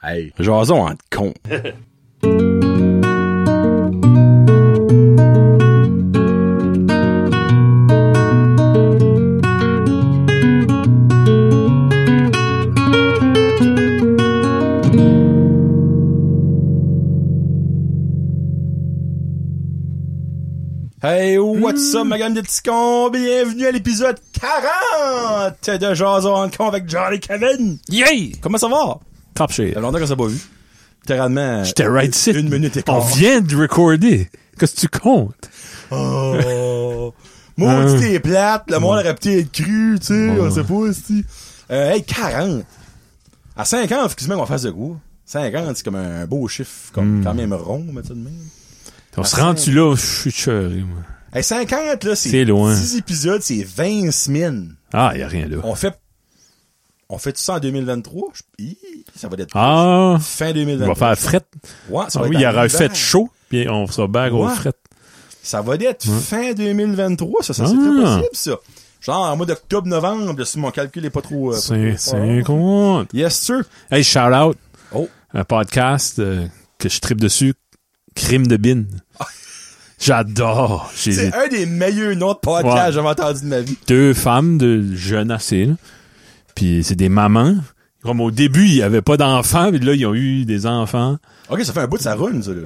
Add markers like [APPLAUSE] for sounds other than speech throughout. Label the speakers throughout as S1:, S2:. S1: Hey, jason en con. Hey, what's up, ma gamme de petits cons? Bienvenue à l'épisode 40 de Jason en con avec Johnny Kevin.
S2: Yay!
S1: Comment ça va?
S2: Top
S1: Ça
S2: shit.
S1: fait longtemps qu'on s'est pas vu. Littéralement.
S2: J'étais right ici.
S1: Une minute et
S2: On
S1: quart.
S2: vient de recorder. Qu'est-ce que tu comptes? [LAUGHS]
S1: Oh.
S2: Hein.
S1: Maudit t'es plate, le monde aurait peut-être cru, tu sais, on sait pas si. Euh, hey, 40. À 50, faut même qu'on fasse de quoi? 50, c'est comme un beau chiffre, comme
S2: Hmm.
S1: quand même rond, mais ça de même.
S2: On se rend-tu là? Je suis cheuré, moi.
S1: Hey, 50, là, c'est
S2: C'est loin.
S1: 10 épisodes, c'est 20 semaines.
S2: Ah, y a rien là.
S1: On fait, on fait tout ça en 2023? Je- Hi, ça va être
S2: Ah!
S1: fin
S2: On va
S1: 2023.
S2: faire fret.
S1: Ouais, ça
S2: Ah
S1: va
S2: oui,
S1: être
S2: il y
S1: en
S2: aura
S1: hiver.
S2: fait chaud, puis on sera back au
S1: Ouais.
S2: fret.
S1: Ça va être fin 2023, ça, ça, c'est
S2: Ah.
S1: très possible, ça. Genre, en mois d'octobre, novembre, si mon calcul est pas trop... euh,
S2: C'est,
S1: pas trop fort.
S2: c'est compte.
S1: Yes, sir.
S2: Hey, shout out.
S1: Oh.
S2: Un podcast euh, que je tripe dessus. Crime de bin. J'adore. J'ai
S1: C'est un des meilleurs noms de podcast
S2: Ouais.
S1: que j'ai jamais entendu de ma vie.
S2: deux femmes de jeunes assez, là. Puis c'est des mamans. Comme au début, il y avait pas d'enfants, puis là, ils ont eu des enfants.
S1: OK, ça fait un bout de sa run, ça, là.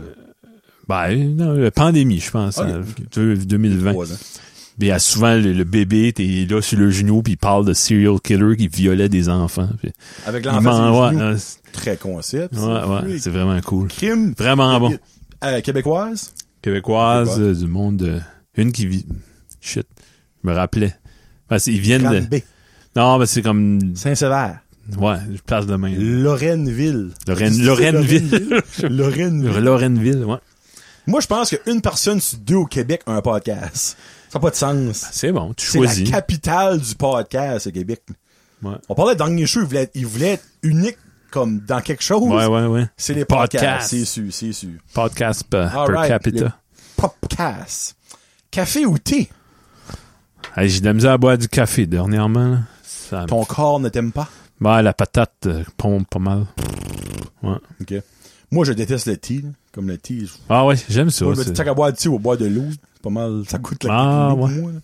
S2: Ben, non, la pandémie, je pense,
S1: Ah, Ok,
S2: hein, deux- 2020.
S1: Trois ans.
S2: Puis il y a souvent, le, le bébé, t'es là sur le genou, puis il parle de serial killer qui violait des enfants. Puis,
S1: Avec
S2: il
S1: l'enfant,
S2: m'en-
S1: c'est
S2: ouais,
S1: le genou.
S2: non, c'est-
S1: Très concept.
S2: ouais, ouais, c'est vraiment cool.
S1: Crime.
S2: Vraiment bon.
S1: Euh, québécoise.
S2: Québécoise
S1: Québécoise.
S2: euh, du monde de... Une qui vit... Shit, je me rappelais. Parce qu'ils viennent de...
S1: Grande B.
S2: Non, mais c'est comme...
S1: Saint-Sever.
S2: Ouais, je place de main.
S1: Lorraineville.
S2: Lorraine-
S1: Tu sais,
S2: Lorraineville. [LAUGHS]
S1: Lorraineville. Lorraineville.
S2: Lorenville, ouais.
S1: Moi, je pense qu'une personne sur deux au Québec a un podcast. Ça n'a pas de sens.
S2: C'est bon, tu
S1: C'est la
S2: choisis.
S1: capitale du podcast, au Québec.
S2: Ouais.
S1: On parlait de dernier show, il voulait, il voulait être unique comme dans quelque chose.
S2: ouais, ouais, ouais.
S1: C'est les podcasts.
S2: Podcasts.
S1: C'est sûr, c'est sûr.
S2: Podcast per,
S1: All
S2: per
S1: right,
S2: capita.
S1: le Popcast. Café ou thé?
S2: Hey, J'ai de la misère à boire du café dernièrement. là. Ça me-
S1: Ton corps ne t'aime pas?
S2: bah, la patate euh, pompe pas mal.
S1: OK. Moi, je déteste le thé, là. Comme le thé, je
S2: Ah ouais, j'aime ça.
S1: Moi, je me
S2: c'est-
S1: dis, tant qu'à boire du thé ou boire de l'eau, c'est pas mal, ça coûte la
S2: Ah,
S1: l'eau pour
S2: ouais.
S1: moi. là.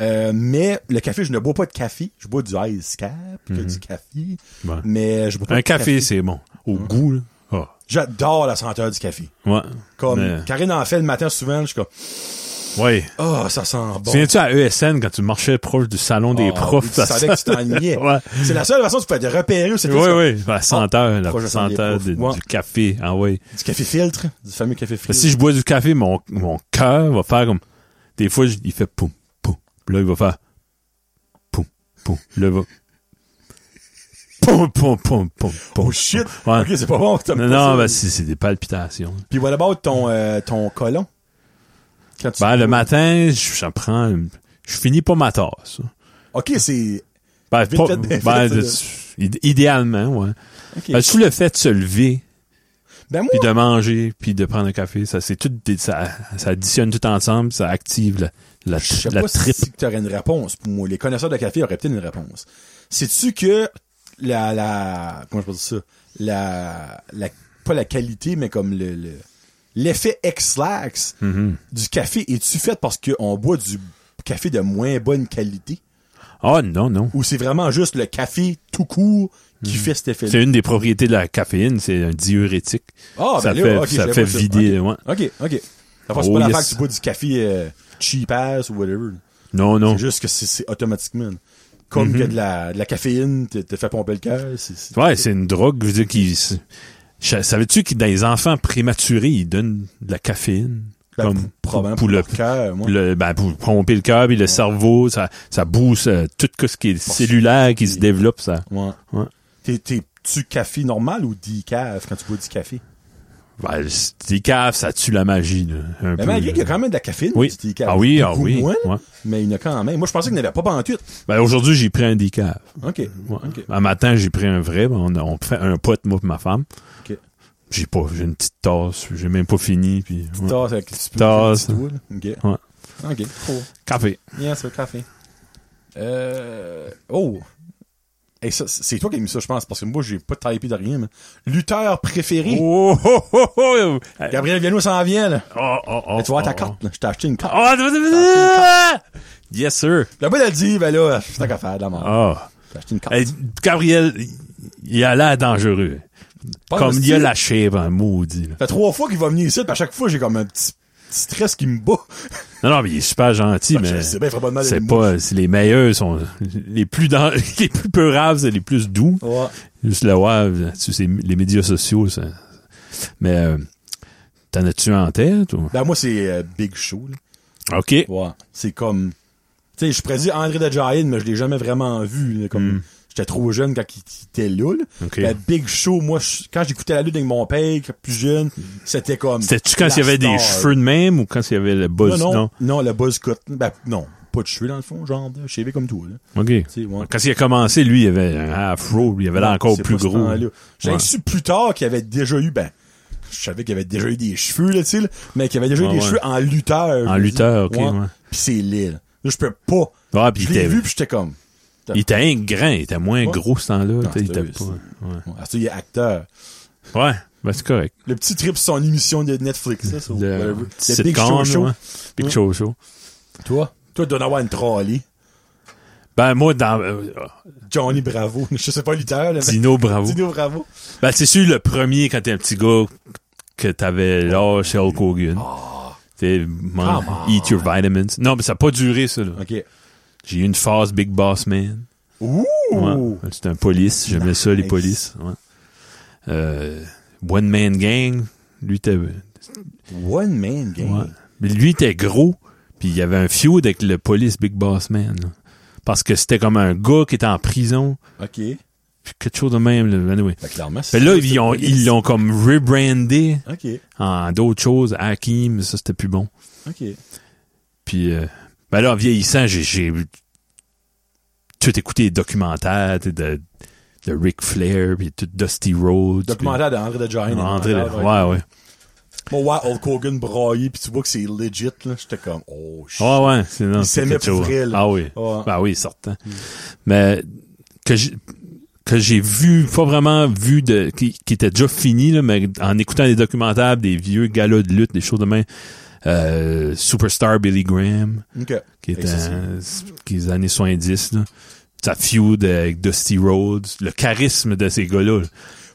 S1: Euh, mais le café, je ne bois pas de café. Je bois du ice cap, du café.
S2: Ouais.
S1: Mais je bois pas
S2: Mhm. Un
S1: de café.
S2: café, c'est bon. Au goût, là. Ah.
S1: J'adore la senteur du café.
S2: Ouais.
S1: Comme
S2: Mais-
S1: Karine en fait le matin souvent, je suis comme
S2: Ouais.
S1: Ah, ça sent bon.
S2: Viens-tu à ESN quand tu marchais proche du salon des
S1: Ah,
S2: profs?
S1: oui, tu
S2: ça
S1: savais que tu t'ennuyais.
S2: [LAUGHS] Ouais.
S1: C'est la seule façon que tu peux te repérer où c'est
S2: Oui,
S1: fait,
S2: oui, la senteur,
S1: proche
S2: la
S1: du salon des
S2: senteur
S1: profs.
S2: de-
S1: Ouais.
S2: du café. Ah oui.
S1: Du café filtre, du fameux café filtre.
S2: Si je bois du café, mon, mon cœur va faire comme. Des fois, je- il fait poum, poum. Puis Là, il va faire poum, poum. Là, il va. Poum, poum, poum, poum, poum.
S1: Oh shit!
S2: Ouais.
S1: Ok, c'est pas bon. t'aimes
S2: Non,
S1: pas ça.
S2: non, ben, c'est c'est des palpitations.
S1: Puis what about ton, euh, ton colon? Quand tu-
S2: Ben, le matin, je- j'en prends. une- Je finis pas ma tasse.
S1: Ok, c'est.
S2: Ben,
S1: Vite
S2: pas-
S1: fait, vite fait,
S2: ben, de-
S1: là.
S2: id- idéalement, ouais.
S1: ok.
S2: Ben, sous le fait de se lever,
S1: Ben, moi,
S2: puis de manger, puis de prendre un café, ça, c'est tout, des- ça, ça additionne tout ensemble, ça active la, la,
S1: Je sais
S2: la
S1: pas
S2: tripe.
S1: si tu aurais une réponse pour moi. Les connaisseurs de café auraient peut-être une réponse. Sais-tu que la, la, comment je peux dire ça? La, la, pas la qualité, mais comme le, le- l'effet X-lax
S2: Mm-hmm.
S1: du café est-tu fait parce qu'on boit du café de moins bonne qualité?
S2: Ah, non, non.
S1: Ou c'est vraiment juste le café tout court qui
S2: Mhm.
S1: fait cet effet-là?
S2: C'est une des propriétés de la caféine, c'est un diurétique.
S1: Ah,
S2: ça
S1: ben là,
S2: fait,
S1: ok,
S2: ça
S1: j'avais
S2: fait
S1: pas ça.
S2: vider, ouais.
S1: Ok, ok. Ça passe
S2: Oh,
S1: pas la
S2: yes.
S1: que tu bois du café euh, cheap ass ou whatever.
S2: Non, non. Mhm.
S1: C'est juste que c'est- c'est automatiquement. Comme que de la, de la caféine te, te fait pomper le cœur. c'est- c'est-
S2: Ouais, c'est une drogue, je veux dire, qui... c'est- Cha- Savais-tu que dans les enfants prématurés, ils donnent de la caféine?
S1: ben,
S2: comme
S1: pour- probablement
S2: pour le,
S1: leur cœur, moi.
S2: pour le- ben, pour pomper le cœur, puis le cerveau, ça, ça booste euh, tout ce qui est cellulaire qui se développe, ça.
S1: Ouais.
S2: Ouais.
S1: T'es- T'es-tu café normal ou decaf quand tu bois du café?
S2: Ben, le décaf, ça tue la magie, là, un
S1: Mais
S2: peu.
S1: Ben,
S2: euh,
S1: malgré qu'il y a quand même de la caféine
S2: Oui.
S1: du decaf.
S2: Ah oui, ah
S1: Beaucoup
S2: oui,
S1: moins,
S2: ouais.
S1: Mais il y en a quand même. Moi, je pensais qu'il n'y en avait pas pantoute.
S2: Ben, aujourd'hui, j'ai pris un décaf.
S1: OK.
S2: Ouais.
S1: OK.
S2: Un matin, j'ai pris un vrai. ben, On, on fait un pote, moi et ma femme.
S1: OK.
S2: J'ai pas, j'ai une petite tasse, j'ai même pas fini. Puis, ouais.
S1: Tasse avec tu peux
S2: Tasse.
S1: faire un petit doigt, là. OK. OK. Cool.
S2: Café.
S1: Yes, le café. Euh... Oh! Hey, ça, c'est toi qui as mis ça, je pense, parce que moi, j'ai pas typé de rien. mais- Lutteur préféré.
S2: Oh, oh, oh, oh.
S1: Gabriel Viano s'en vient, là.
S2: Oh, oh, oh,
S1: Mais tu vois ta
S2: oh,
S1: carte, là. Je t'ai acheté une
S2: oh.
S1: carte.
S2: Oh, vas-y, vas-y. Yes, sir.
S1: Le boy a dit, ben là, c'est qu'à faire de la merde.
S2: Oh.
S1: J'ai acheté une carte.
S2: Hey, Gabriel, il a l'air dangereux.
S1: Pas
S2: Comme
S1: de
S2: il a
S1: style.
S2: la chèvre, un maudit. là.
S1: Ça fait trois fois qu'il va venir ici, puis à chaque fois, j'ai comme un petit petit stress qui me bat.
S2: Non, non, mais il est super gentil,
S1: Je
S2: mais
S1: sais bien, il fera pas de mal à
S2: c'est
S1: une
S2: pas, c'est les meilleurs sont les plus dans, les plus peurables, c'est les plus doux.
S1: mouche. Ouais.
S2: Juste le voir sur ces- les médias sociaux, ça. Mais, euh, t'en as-tu en tête, ou?
S1: Ben, moi, c'est euh, Big Show, là.
S2: OK.
S1: Ouais. C'est comme. Tu sais, je prédis André the Giant, mais je l'ai jamais vraiment vu. là, comme J'étais trop jeune quand il il était là. là.
S2: Mm. OK.
S1: Ben, Big Show, moi, je- quand j'écoutais la lutte avec mon père, quand plus jeune, c'était comme.
S2: C'était-tu quand
S1: la
S2: il y avait des
S1: star.
S2: cheveux de même ou quand il y avait le buzz?
S1: Non, non, non, le buzz cut. Ben, non, pas de cheveux dans le fond, genre de chévé comme tout. Là.
S2: OK.
S1: Tu sais, ouais.
S2: Quand il a commencé, lui, il avait un afro, il avait l'air encore
S1: C'est
S2: plus
S1: pas ce
S2: gros.
S1: temps-là. J'ai
S2: Ouais.
S1: su plus tard qu'il avait déjà eu, ben, je savais qu'il avait déjà eu des cheveux, là, tu sais, là, mais qu'il avait déjà eu
S2: Ouais,
S1: des
S2: ouais.
S1: cheveux en lutteur.
S2: En
S1: je veux
S2: lutteur,
S1: dire.
S2: ok, ouais.
S1: Puis c'est l'île. Là, je peux pas.
S2: Ah, puis
S1: je
S2: il était,
S1: l'ai vu, puis j'étais comme.
S2: il était ingrat, il était moins
S1: Ouais.
S2: gros ce temps-là. tu sais, il
S1: c'était-
S2: était pas, ouais.
S1: Ah, ça, il est acteur.
S2: Ouais, ben c'est correct.
S1: Le petit trip sur son émission de Netflix, ça, sur
S2: Le,
S1: whatever.
S2: petit
S1: Le Big
S2: sitcom,
S1: Show Show.
S2: ouais. Big Show Show.
S1: Toi? Toi, tu dois en avoir une trolley.
S2: Ben moi, dans euh, euh,
S1: Johnny Bravo. [LAUGHS] Je sais pas lutteur, là, mais-
S2: Dino Bravo.
S1: Dino Bravo.
S2: Ben c'est sûr, le premier, quand t'es un petit gars, que t'avais l'âge, c'est Hulk Hogan. T'es, man,
S1: Ah. Come on.
S2: eat your vitamins. Non, mais ça n'a pas duré, ça. là.
S1: OK.
S2: J'ai eu une phase Big Boss Man.
S1: Ouh!
S2: Ouais. C'était un police. J'aimais ça, les
S1: Nice.
S2: polices. Ouais. Euh, One Man Gang. Lui, t'es...
S1: One Man Game.
S2: Ouais. Mais lui, il était gros, puis il y avait un feud avec le police Big Boss Man. là. Parce que c'était comme un gars qui était en prison,
S1: OK.
S2: puis quelque chose de même. Là. Anyway.
S1: Fait que clairement,
S2: Mais
S1: c'est-
S2: là,
S1: c'est
S2: ils ont-
S1: pas-
S2: ils l'ont comme rebrandé
S1: OK.
S2: en d'autres choses, Hakim, ça c'était plus bon.
S1: OK.
S2: Puis, euh, ben là, en vieillissant, j'ai, j'ai tout écouté les documentaires tu sais, de, de Ric Flair, puis tout Dusty Rhodes. puis-
S1: Documentaire d'André the Giant.
S2: André,
S1: documentaire,
S2: ouais, Ah, ouais. Ouais,
S1: Moi, ouais, Hulk Hogan braillé, pis tu vois que c'est legit, là. J'étais comme, oh, shit.
S2: ouais, c'est, non,
S1: Il
S2: c'est
S1: s'aimait
S2: quelque
S1: pour
S2: chose.
S1: vrai, là.
S2: Ah oui.
S1: Ouais.
S2: Ben oui, certain. Mais que j'ai que j'ai vu, pas vraiment vu de qui, qui était déjà fini, là, mais en écoutant des documentaires, des vieux galas de lutte, des choses de main, euh, Superstar Billy Graham,
S1: OK.
S2: qui est
S1: Excessif.
S2: un- qui est des années 70, là. Sa feud avec Dusty Rhodes, le charisme de ces gars-là. là.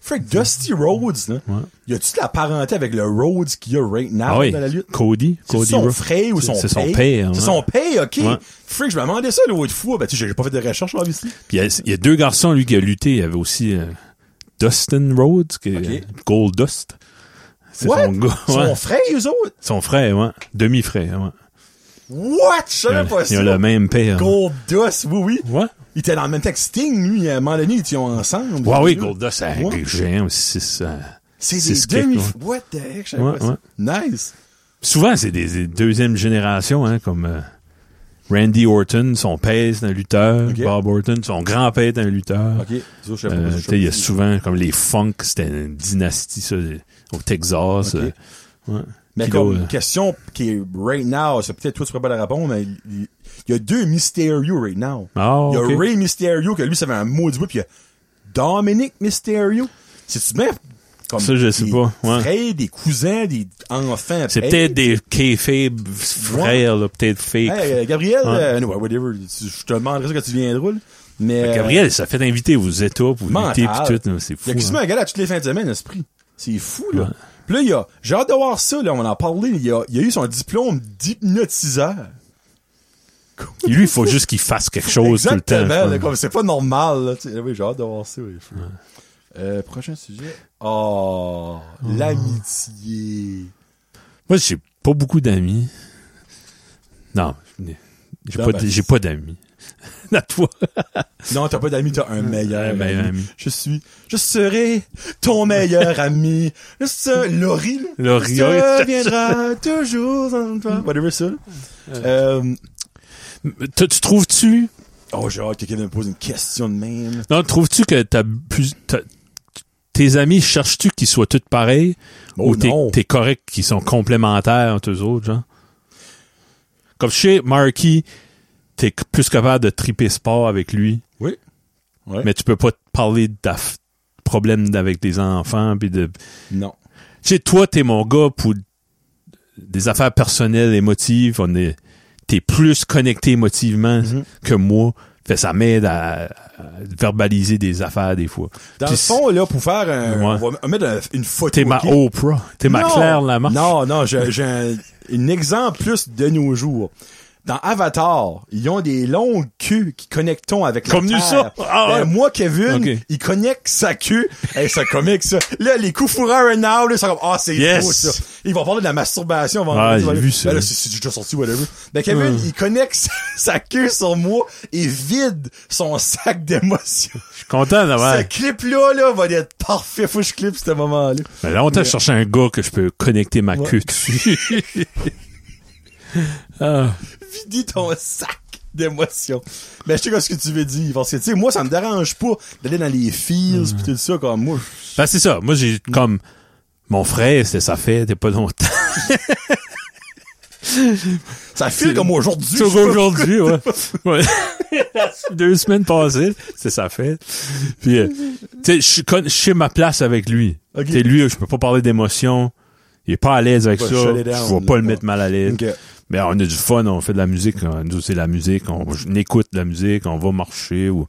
S1: Frick, Dusty Rhodes, là.
S2: Ouais.
S1: Y a-tu de la parenté avec le Rhodes qu'il y a right now
S2: Ah oui,
S1: dans la lutte?
S2: Cody,
S1: C'est
S2: Cody
S1: son
S2: Rhodes.
S1: frère ou
S2: C'est-
S1: son père?
S2: c'est son père,
S1: C'est
S2: ouais.
S1: son père, ok.
S2: Ouais.
S1: Frick, je me demandais ça l'autre fois. Ben, tu sais, j'ai pas fait de recherche, là, ici.
S2: Puis il y a- il y, a deux garçons, lui, qui a lutté. Il y avait aussi euh, Dustin Rhodes, qui est euh,
S1: Ok.
S2: Gold Dust. C'est
S1: What?
S2: son gars. ouais.
S1: [LAUGHS] Son frère, eux autres?
S2: Son frère, ouais. Demi-frère, ouais.
S1: What? Je savais pas
S2: Ils
S1: ça.
S2: ont le même hein. père.
S1: Gold Dust, oui, oui.
S2: Ouais.
S1: Il était dans le même temps que Sting, lui, à un moment donné, ils étaient ensemble.
S2: Ouais,
S1: Les
S2: oui,
S1: deux.
S2: Goldust, c'est
S1: Ouais.
S2: un géant aussi. c'est ça.
S1: C'est
S2: C'est
S1: des
S2: ce kick,
S1: demi...
S2: ouais.
S1: What the heck, je savais
S2: Ouais,
S1: pas ça. Nice.
S2: Souvent, c'est des, des deuxième génération, hein, comme euh, Randy Orton, son père, c'est un lutteur.
S1: Ok.
S2: Bob Orton, son grand-père, est un lutteur.
S1: Ok. Ça, je savais pas
S2: Euh,
S1: ça,
S2: tu
S1: je
S2: sais, il y a
S1: savais pas.
S2: souvent, comme les Funk, c'était une dynastie, ça, au Texas.
S1: Ok.
S2: euh, ouais.
S1: Mais
S2: Puis
S1: comme
S2: là, euh,
S1: question qui est right now, c'est peut-être toi tu pourrais pas la répondre, mais il- il il y a deux Mysterio right now.
S2: Ah,
S1: il y a
S2: ok.
S1: Ray Mysterio, que lui, ça fait un maudit bout, puis il y a Dominic Mysterio. C'est-tu bien comme
S2: Ça, je sais
S1: des
S2: pas, ouais.
S1: frères, des cousins, des enfants.
S2: C'est
S1: Hey,
S2: peut-être des kayfabe frères, là, peut-être fake.
S1: Hey, euh, Gabriel,
S2: Ouais.
S1: euh, anyway, whatever, tu- je te demanderai ça quand tu viendras. là. Mais, euh,
S2: Gabriel, ça fait inviter vos étapes, vos
S1: Mental.
S2: luttez, pis tout, là, c'est
S1: Il
S2: fou.
S1: y a quasiment
S2: hein.
S1: un gars là toutes les fins de semaine, esprit. C'est fou, là. Puis là, il y a, j'ai hâte de voir ça, là, on en parlait, il y a, il y a eu son diplôme d'hypnotiseur.
S2: Lui, il faut juste qu'il fasse quelque chose tout le temps.
S1: Exactement,
S2: je pense.
S1: là, comme c'est pas normal, là, tu sais. Oui, j'ai hâte de voir ça, oui. Euh, prochain sujet. Oh, l'amitié.
S2: Oh. Moi, j'ai pas beaucoup d'amis. Non, j'ai
S1: Non,
S2: pas,
S1: ben,
S2: d- j'ai pas d'amis. [LAUGHS] À toi.
S1: Non, t'as pas d'amis, t'as un meilleur
S2: Un meilleur ami.
S1: Je suis, je serai ton
S2: [LAUGHS]
S1: meilleur ami. Je serai, Laurie, là.
S2: Laurie,
S1: Je
S2: oui, c'est ça.
S1: reviendrai toujours en toi. Whatever ça, là. Euh,
S2: Tu tu trouves-tu,
S1: oh, j'ai hâte que quelqu'un me pose une question de même.
S2: non, trouves-tu que t'as plus, t'as- tes amis, cherches-tu qu'ils soient tous pareils?
S1: Oh,
S2: ou t'es,
S1: non.
S2: t'es correct qu'ils sont complémentaires entre eux autres, genre? Comme chez Marky, t'es c- plus capable de triper sport avec lui
S1: Oui. Ouais.
S2: mais tu peux pas te parler de ta f- problème avec des enfants puis de
S1: Non.
S2: tu sais toi t'es mon gars pour des affaires personnelles émotives on est t'es plus connecté émotivement
S1: Mhm.
S2: que moi fait ça m'aide à, à verbaliser des affaires des fois
S1: Dans
S2: Puis
S1: le fond, là, pour faire un,
S2: Ouais.
S1: on va mettre un- une photo.
S2: t'es ma
S1: ok?
S2: Oprah t'es ma
S1: Non.
S2: Claire Lamarche
S1: Non, non, j'ai j'ai un, un exemple plus de nos jours. Dans Avatar, ils ont des longues queues qui connectons avec la
S2: Comme nous,
S1: Terre.
S2: ça. Ah,
S1: Ben,
S2: ouais.
S1: moi, Kevin,
S2: Ok.
S1: il connecte sa queue. Hey, ça comique, ça. Là, les coups fourreurs un now, là, c'est comme, ah, c'est
S2: Yes.
S1: beau, ça. Ils vont parler de la masturbation.
S2: Ah,
S1: vendredi,
S2: j'ai
S1: voilà.
S2: vu ça.
S1: Ben, là, c'est- c'est déjà sorti, whatever. Ben, Kevin, il connecte sa, sa queue sur moi et vide son sac d'émotions.
S2: je suis content d'avoir
S1: Ce clip-là, là, va être parfait. Faut que je clip ce moment-là.
S2: Mais longtemps, je cherchais un gars que je peux connecter ma
S1: Ouais.
S2: queue dessus. [LAUGHS] ah,
S1: vidis ton sac d'émotions. Mais je sais pas ce que tu veux dire. Parce que, tu sais, moi, ça me dérange pas d'aller dans les feels pis tout ça, comme moi.
S2: Ben, c'est ça. Moi, j'ai comme... Mon frère, c'était sa fête, il y a pas longtemps.
S1: Ça file
S2: C'est-
S1: comme aujourd'hui.
S2: C'est
S1: je sais pas.
S2: aujourd'hui, ouais. Ouais. [LAUGHS] Deux semaines passées, c'est sa fête. Puis, euh, tu sais, je suis con- je sais ma place avec lui.
S1: Ok.
S2: Tu sais, lui, je peux pas parler d'émotion. Il est pas à l'aise avec
S1: Pas
S2: ça.
S1: shut it down,
S2: Je vais pas
S1: là.
S2: le mettre mal à l'aise.
S1: Ok.
S2: Mais on a du fun, on fait de la musique, on- nous c'est la musique, on, on écoute de la musique, on va marcher ou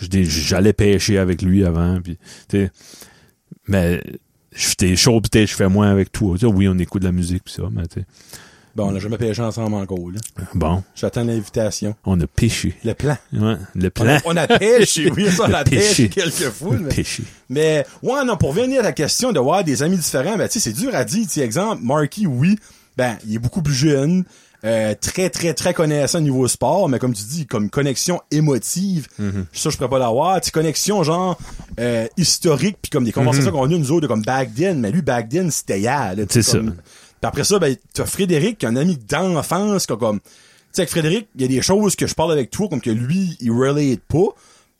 S2: je dis- j'allais pêcher avec lui avant puis tu sais. mais je t'es chaud peut je fais moins avec toi. Tu sais, oui, on écoute de la musique pis ça, mais tu sais.
S1: Bon, on a jamais pêché ensemble encore, là.
S2: Bon,
S1: J'attends l'invitation.
S2: on a pêché.
S1: Le plan.
S2: Ouais,
S1: On
S2: le
S1: a,
S2: plan
S1: on a pêché, oui, ça, on a
S2: Le pêché.
S1: pêché quelquefois, mais...
S2: pêché.
S1: Mais ouais, non, pour venir à la question de voir des amis différents, ben tu sais, c'est dur à dire. Tu sais, exemple, Marky, oui, ben il est beaucoup plus jeune, euh, très très très connaissant niveau sport, mais comme tu dis, comme connexion émotive,
S2: Mhm.
S1: ça je pourrais pas l'avoir. Tu sais, connexion genre euh, historique, puis comme des conversations qu'on a nous autres, de comme back then, mais lui back then c'était hier. là, tu sais,
S2: Mhm. C'est
S1: comme-
S2: ça.
S1: Puis après ça, ben t'as Frédéric, qui est un ami d'enfance, qui a comme tu sais, avec Frédéric, il y a des choses que je parle avec toi, comme que lui, il relate pas.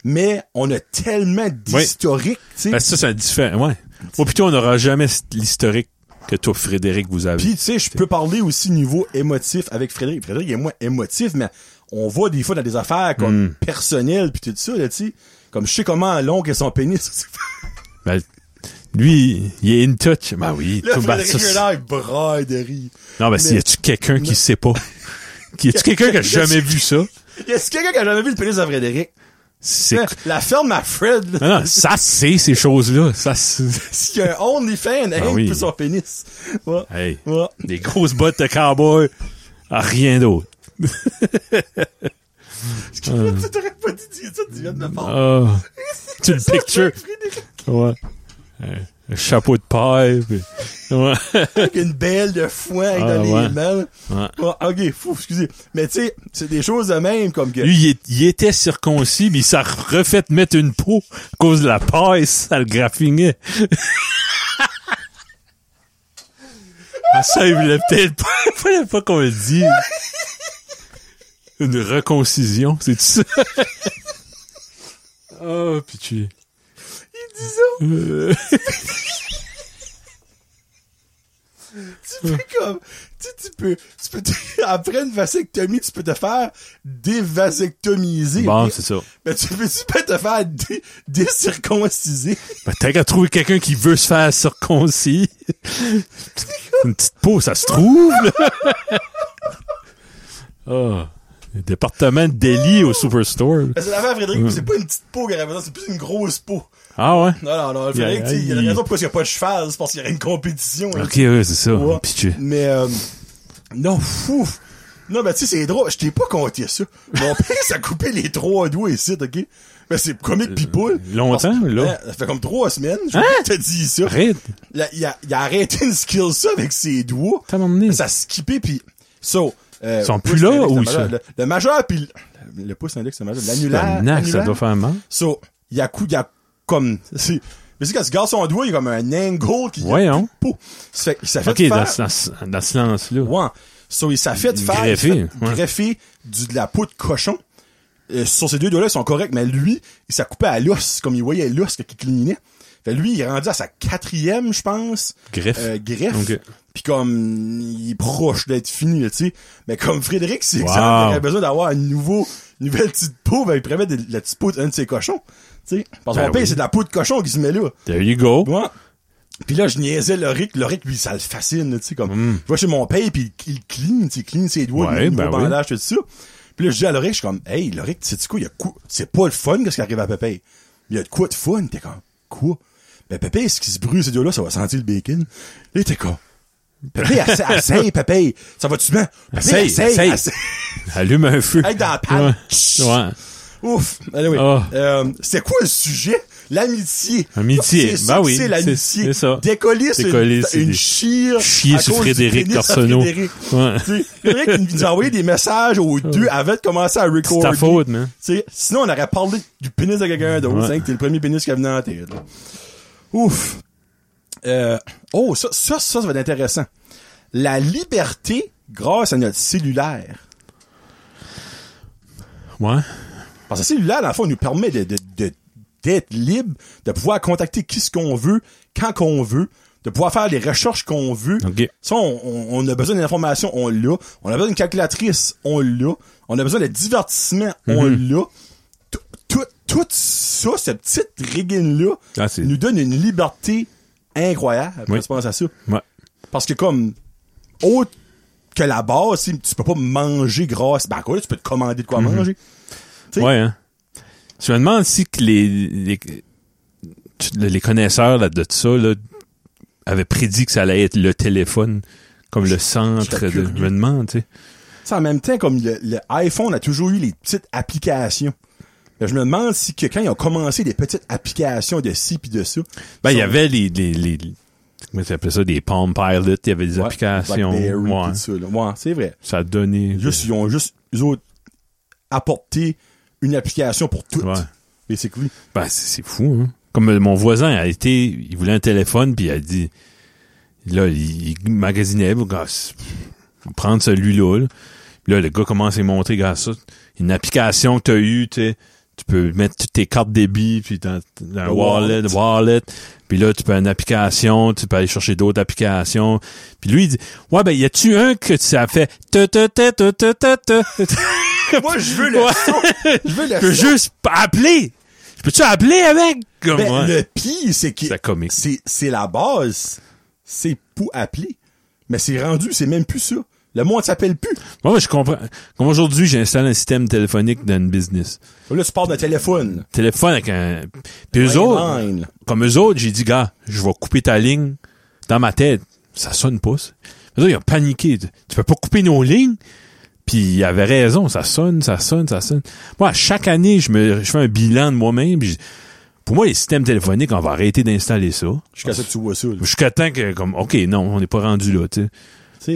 S1: Mais on a tellement d'historique, tu sais.
S2: Ben, ça c'est différent, ouais. Ou plutôt on n'aura jamais l'historique que toi Frédéric vous avez.
S1: Puis, tu sais, je peux parler aussi niveau émotif avec Frédéric. Frédéric est moins émotif, mais on va des fois dans des affaires comme
S2: Hmm.
S1: personnelles puis tout ça, là, tu sais. Comme je sais comment long est son pénis. [LAUGHS]
S2: Ben, lui, il est in touch. Ben oui,
S1: Là,
S2: tout ben,
S1: Frédéric
S2: ça,
S1: est là, il braille de rire.
S2: Non, mais s'il y a-tu quelqu'un qui sait pas? Y a-tu quelqu'un qui a jamais vu ça?
S1: Est-ce que quelqu'un qui a jamais vu le pénis de Frédéric? Hein?
S2: C'est... Hein?
S1: La ferme à Fred, là.
S2: Non, non, ça sait ces choses-là. Ça sait-
S1: S'il y a un OnlyFans, rien
S2: Ben oui. Ah.
S1: pour son pénis. Ouais.
S2: Hey, [LAUGHS]
S1: Ouais.
S2: des grosses bottes de cowboy, ah, rien d'autre.
S1: [LAUGHS] Tu t'aurais pas dit dire ça, tu viens de me faire.
S2: Ah, tu le
S1: [LAUGHS]
S2: picture.
S1: Frédéric
S2: Ouais. Euh, Un chapeau de paille. puis- Ouais.
S1: avec une belle de foin avec
S2: Ah,
S1: dans les
S2: ouais.
S1: mains.
S2: Ouais.
S1: Ouais, Ah, ok, fou, excusez. Mais tu sais, c'est des choses de même comme que.
S2: Lui, il, est- il était circoncis, mais il s'est refait mettre une peau à cause de la paille, ça le graffinait. [LAUGHS] Ah, ça, il voulait peut-être pas, il fallait pas qu'on le dise. Une reconcision, c'est tout ça? [LAUGHS] oh, pitié.
S1: Il dit ça,
S2: Euh,
S1: tu fais comme, tu sais, tu peux, tu peux, te- [LAUGHS] après une vasectomie, tu peux te faire dévasectomiser.
S2: bon,
S1: Mais-
S2: c'est ça.
S1: Mais tu peux, tu peux te faire dé- décirconciser.
S2: Ben, t'as qu'à trouver quelqu'un qui veut se faire circoncis. Une petite peau, ça se trouve, là. Ah. Le département de délit au Superstore.
S1: Parce que l'affaire, Frédéric,
S2: Mm.
S1: c'est pas une petite peau qu'elle a besoin, c'est plus une grosse peau.
S2: Ah ouais?
S1: Non, non, non, Frédéric,
S2: Yeah, Ah,
S1: tu sais, il y a une
S2: il-
S1: raison pourquoi il n'y a pas de cheval, c'est parce qu'il y a une compétition. hein.
S2: Ok, ouais, c'est ça.
S1: Ouais.
S2: Pitché.
S1: Mais, euh, non, fou. Non, mais tu sais, c'est drôle. Je t'ai pas compté ça. Mon [LAUGHS] père, ça a coupé les trois doigts ici, ok? Mais c'est comique pis poule.
S2: Euh, Longtemps,
S1: Parce-
S2: là? Hein?
S1: Hein, ça fait comme trois semaines. Je crois que t'as dit ça.
S2: Arrête.
S1: Là, il, a, il a arrêté une skill ça avec ses doigts.
S2: T'as m'emmené.
S1: Ça a skippé puis so, euh,
S2: Ils sont
S1: le
S2: plus
S1: pouce
S2: là,
S1: index,
S2: ou
S1: le
S2: ils
S1: majeur,
S2: sont-
S1: le, le majeur puis le, le pouce index, le majeur, l'annulaire.
S2: Tabarnak, ça
S1: annulaire.
S2: doit faire mal.
S1: So, il a coup, il a comme, c'est, mais c'est quand tu gardes son doigt, il y a comme un angle qui.
S2: Voyons.
S1: Pou. Ça fait, ça fait
S2: Ok, dans,
S1: faire.
S2: ce- dans ce- dans ce lance-là.
S1: Ouais. So, il s'est fait faire
S2: Greffé,
S1: il s'est fait
S2: ouais.
S1: greffer du, de la peau de cochon. Euh, sur ces deux doigts-là, ils sont corrects, mais lui, il s'est coupé à l'os, comme il voyait l'os qui clignait. Fait, lui, il est rendu à sa quatrième, je pense,
S2: Greffe.
S1: euh, greffe.
S2: Ok.
S1: Puis comme, il est proche d'être fini, là, tu sais. Mais comme Frédéric, c'est
S2: Wow.
S1: que ça, il aurait besoin d'avoir un nouveau, une nouvelle petite peau, ben, il pourrait mettre de la petite peau d'un de ses cochons. Tu sais. Parce qu'on
S2: Ben
S1: paye,
S2: oui.
S1: c'est de la peau de cochon qui se met là.
S2: There you go.
S1: Ouais. Puis là, je niaisais Loric. Loric, lui, ça le fascine, là, tu sais, comme, je vais chez mon père puis il, il clean, tu sais, il clean ses doigts,
S2: Hmm. Ouais,
S1: il
S2: ben
S1: nouveau
S2: oui.
S1: bandage, tout ça. Puis là, je dis à Loric, je suis comme, hey, Loric, tu sais, quoi, il y a quoi, c'est pas le fun, qu'est-ce qui arrive à Pépé. Il y a de quoi de fun, t'es comme, quoi? Ben, Pépé, ce qui se brûle ces doigts-là, ça va sentir le bacon. Là, t'es comme,
S2: [LAUGHS]
S1: Pépé, essa- essaye, Pépé, ça va-tu bien? Pépé,
S2: Essaye, essaye.
S1: essaye.
S2: Allume un feu.
S1: Hey, dans la panne.
S2: Ouais.
S1: Chut.
S2: Ouais.
S1: Ouf. Anyway,
S2: Oh.
S1: euh, c'est quoi le sujet? L'amitié.
S2: Amitié.
S1: C'est ça
S2: Ben
S1: que
S2: oui,
S1: c'est l'amitié.
S2: c'est- c'est ça.
S1: Décoller, c'est
S2: Décoller,
S1: une,
S2: c'est
S1: une
S2: des-
S1: chire.
S2: chier
S1: à
S2: sur
S1: cause du
S2: Frédéric
S1: pénis à
S2: Torseneau.
S1: Frédéric.
S2: Ouais.
S1: Tu sais, Frédéric, il nous a envoyé des messages aux deux avant de commencer à recorder.
S2: C'est ta faute, man.
S1: Tu sais, sinon, on aurait parlé du pénis de quelqu'un d'autre.
S2: Ouais.
S1: hein, que t'es le premier pénis qui est venu en tête. là. Ouf. Euh, oh, ça, ça, ça, ça va être intéressant. La liberté grâce à notre cellulaire.
S2: Ouais.
S1: Parce que le cellulaire, dans le fond, nous permet de, de, de- d'être libre, de pouvoir contacter qui ce qu'on veut, quand qu'on veut, de pouvoir faire les recherches qu'on veut.
S2: OK.
S1: Ça, on, on- on a besoin d'informations, on l'a. On a besoin d'une calculatrice, on l'a. On a besoin de divertissement, on
S2: Mhm.
S1: l'a. Tout, tout, tout ça, cette petite régine-là,
S2: Ah, c'est-
S1: nous donne une liberté incroyable.
S2: Oui.
S1: Je pense à ça.
S2: Ouais.
S1: Parce que comme autre que la base, si tu peux pas manger grâce. Ben quoi, là, tu peux te commander de quoi
S2: Mhm.
S1: manger. T'sais.
S2: Ouais, hein. Je me demande si que les, les, tu- les connaisseurs là, de ça là, avaient prédit que ça allait être le téléphone comme le centre
S1: serais
S2: de.
S1: curieux.
S2: Je me demande, tu sais.
S1: Ça, en même temps, comme le, le iPhone a toujours eu les petites applications. Ben, je me demande si que quand ils ont commencé des petites applications de ci puis de ça.
S2: Ben, il y
S1: ça-
S2: avait les. les, les comment ça s'appelait ça? Des Palm Pilot, il y avait des
S1: Ouais,
S2: applications.
S1: BlackBerry,
S2: Ouais.
S1: tout ça, là. Ouais, c'est vrai.
S2: Ça a donné.
S1: Juste, ils ont juste, eux autres, apporté une application pour toutes.
S2: Ouais.
S1: Basically.
S2: Ben, c'est c'est fou, hein. Comme euh, mon voisin a été, il voulait un téléphone, puis il a dit, là, il, il magasinait, bon, gars, c'est- faut prendre celui-là. Là. Puis là, le gars commence à lui montrer, gars, ça, une application que t'as eue, tu sais, tu peux mettre toutes tes cartes débit, puis dans, dans un
S1: Le
S2: wallet,
S1: wallet.
S2: wallet, puis là, tu peux une application, tu peux aller chercher d'autres applications. Puis lui, il dit, ouais, ben, y a-tu un que ça fait, ta, ta, ta, ta, ta, ta, ta?
S1: Moi, je veux le
S2: Ouais.
S1: son. Je veux le
S2: je peux
S1: son.
S2: juste appeler! Je peux-tu appeler avec? Comme,
S1: Ben,
S2: ouais.
S1: Le pire, c'est que
S2: C'est comique.
S1: c'est c'est la base. C'est pour appeler. Mais c'est rendu, c'est même plus ça. Le monde s'appelle plus.
S2: Moi, moi, je comprends. Comme aujourd'hui, j'installe un système téléphonique dans une business.
S1: Là, tu parles de téléphone.
S2: Téléphone avec un... Puis eux autres,
S1: Line.
S2: comme eux autres, j'ai dit, gars, je vais couper ta ligne dans ma tête. Ça sonne pas, ça. Eux autres, ils ont paniqué. Tu peux pas couper nos lignes. Puis ils avaient raison. Ça sonne, ça sonne, ça sonne. Moi, à chaque année, je me, je fais un bilan de moi-même. puis je- Pour moi, les systèmes téléphoniques, on va arrêter d'installer ça.
S1: Jusqu'à ce que tu vois ça. là.
S2: Jusqu'à temps que, comme, OK, non, on n'est pas rendu là, tu sais.
S1: Tu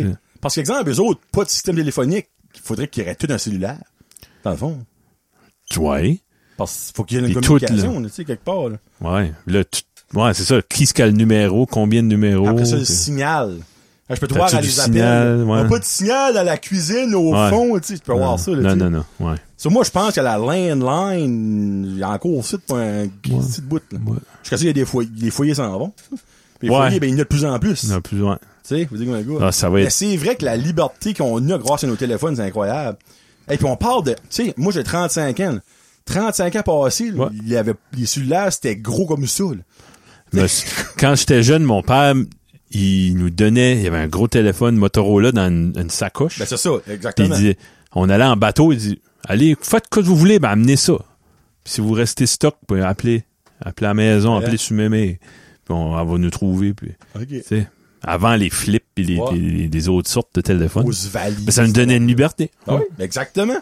S1: sais,
S2: Ouais.
S1: Parce qu'exemple, eux autres, pas de système téléphonique, il faudrait qu'ils aient tout un cellulaire. Dans le fond.
S2: Tu vois,
S1: Parce qu'il faut qu'il y ait une
S2: Puis tout,
S1: communication, là, tu sais, quelque part. là.
S2: Ouais. Là, tu- ouais, c'est ça. Qui se a le numéro? Combien de numéros?
S1: Après ça, le
S2: Puis-
S1: signal. Ah, Je peux te
S2: T'as-tu
S1: voir à
S2: du
S1: les
S2: signal,
S1: appels.
S2: ouais.
S1: On a pas de signal à la cuisine, au
S2: Ouais.
S1: fond, tu sais, tu peux voir ça. Là,
S2: non,
S1: tu sais.
S2: non, non, ouais.
S1: So, moi, je pense que la landline, il y a encore aussi de un petit bout. Là.
S2: Ouais.
S1: Jusqu'à ce qu'il y a des foyers, les foyers s'en vont. Puis les
S2: Ouais.
S1: foyers, ben, il y en a de plus en plus.
S2: Non, plus loin.
S1: Tu sais, vous dites, mon gars.
S2: Ah, ça va
S1: Mais
S2: être-
S1: c'est vrai que la liberté qu'on a grâce à nos téléphones, c'est incroyable. Et puis on parle de, tu sais, moi j'ai 35 ans. là. 35 ans passés, là,
S2: Ouais.
S1: il y avait, les cellulaires, c'était gros comme ça, là.
S2: Mais c- quand j'étais jeune, mon père, il nous donnait, il y avait un gros téléphone Motorola dans une, une sacoche.
S1: Ben, c'est ça,
S2: Puis il
S1: exactement.
S2: dit, on allait en bateau, il dit, allez, faites quoi que vous voulez, ben amenez ça. Puis si vous restez stock, vous pouvez appeler, appeler à la maison,
S1: Ouais.
S2: appeler sur mémé. Puis on, elle va nous trouver, puis,
S1: OK.
S2: tu sais. Avant les flips et les,
S1: Ouais.
S2: les- les autres sortes de téléphones.
S1: Aux valises.
S2: Mais ça nous donnait une liberté.
S1: Ah oui, exactement.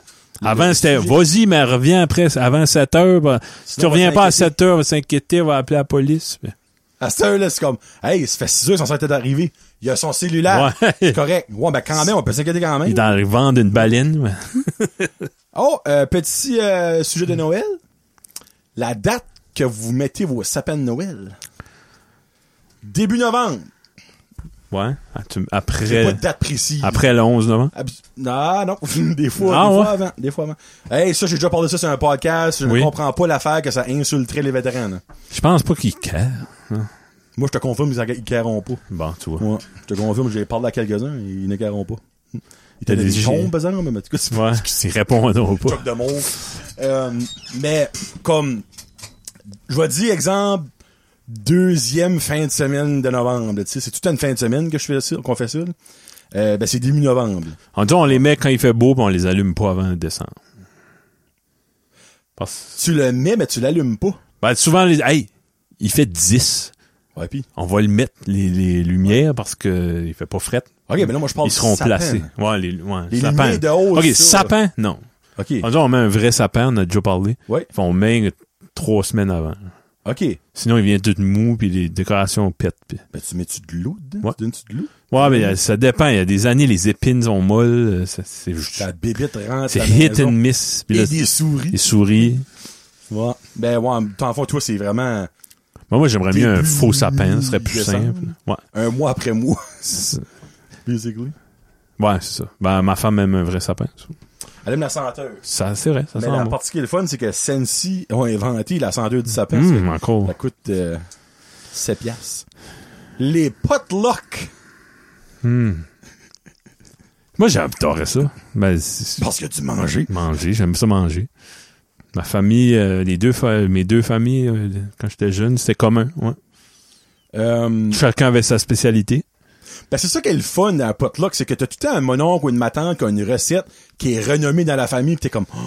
S2: Avant,
S1: Le
S2: c'était
S1: sujet.
S2: vas-y, mais reviens après, avant 7 heures. bah, si tu
S1: Sinon, on va
S2: reviens pas à
S1: s'inquiéter.
S2: 7 heures, on va s'inquiéter, on va appeler la police. Mais-
S1: À cette heure-là, c'est comme, hey, ça fait 6 heures qu'on s'en est arrivé. Il y a son cellulaire.
S2: Ouais.
S1: C'est [LAUGHS] correct. Ouais, ben, quand même, on peut s'inquiéter quand
S2: Il est
S1: même.
S2: dans le vent d'une baleine. ouais.
S1: Oh, euh, petit euh, sujet de Noël. La date que vous mettez vos sapins de Noël. Début novembre.
S2: Ouais. Ah, tu-
S1: J'ai pas
S2: Après,
S1: de date précise.
S2: après le 11 novembre.
S1: Abs- Non, non. [LAUGHS] des fois,
S2: Ah,
S1: des
S2: ouais.
S1: fois avant. Des fois avant. Hey, ça, j'ai déjà parlé de ça sur un podcast. Je
S2: Oui.
S1: ne comprends pas l'affaire que ça insulterait les vétérans. là.
S2: Je pense pas qu'il care. non?
S1: Moi, je te confirme, ils ne carront pas.
S2: Bon, tu vois.
S1: Ouais. Je te confirme, j'ai parlé à quelques-uns, ils ne carront pas. Ils
S2: T'as
S1: étaient des
S2: des génies.
S1: cons, par exemple, mais en tout cas, c'est
S2: Ouais, s'ils répondent ou pas.
S1: Chuck de mots. Euh, mais comme je vais dire exemple deuxième fin de semaine de novembre, tu sais, c'est toute une fin de semaine que je fais ça, qu'on fait ça. là. Euh, ben c'est début novembre.
S2: En tout cas, on les met quand il fait beau, puis on les allume pas avant décembre. Parce...
S1: Tu le mets mais tu l'allumes pas.
S2: Ben, souvent, les... hey, il fait 10.
S1: Ouais puis.
S2: On va le mettre, les, les lumières, parce que il fait pas fret.
S1: OK, mais là moi je parle
S2: Ils seront
S1: du sapin.
S2: placés. Ouais, les, ouais,
S1: Les
S2: sapins.
S1: lumières de haut,
S2: OK,
S1: ça.
S2: sapin, non.
S1: OK.
S2: En tout cas, on met un vrai sapin, on a déjà parlé.
S1: Ouais.
S2: Puis on met trois semaines avant.
S1: OK.
S2: Sinon, il vient tout mou, puis les décorations pètent. puis-
S1: Ben tu mets tu de l'eau dedans?
S2: Ouais.
S1: Tu donnes tu de l'eau?
S2: Ouais, mais euh, ça dépend. Il y a des années, les épines sont molles. euh, ça- C'est
S1: Ta bébite rentre
S2: c'est
S1: à la
S2: hit
S1: maison.
S2: and miss. Puis
S1: Et
S2: là,
S1: des souris.
S2: les souris.
S1: Ouais. Ben ouais, en- en fond, toi, c'est vraiment
S2: Moi, moi j'aimerais mieux un
S1: Début
S2: faux sapin. Ce serait plus
S1: décembre.
S2: simple. Ouais,
S1: un mois après mois,
S2: c'est
S1: [LAUGHS] basically.
S2: ouais, c'est ça. Ben, ma femme aime un vrai sapin.
S1: Elle aime la senteur.
S2: Ça, c'est vrai. Ça
S1: Mais
S2: sent
S1: la
S2: bon.
S1: partie qui est le fun, c'est que Sensi ont inventé la senteur du sapin.
S2: Hum, encore.
S1: Ça coûte euh, 7 piastres. Les potlucks!
S2: Hum. Moi, j'adorais ça. Ben, c'est-
S1: Parce que tu mangeais.
S2: Manger, j'aime ça manger. Ma famille, euh, les deux fa- mes deux familles, euh, quand j'étais jeune, c'était commun. Ouais.
S1: Euh,
S2: Chacun avait sa spécialité.
S1: ben c'est ça qui est le fun dans un potluck, c'est que t'as tout le temps un mononcle ou une matante qui a une recette qui est renommée dans la famille pis t'es comme, oh,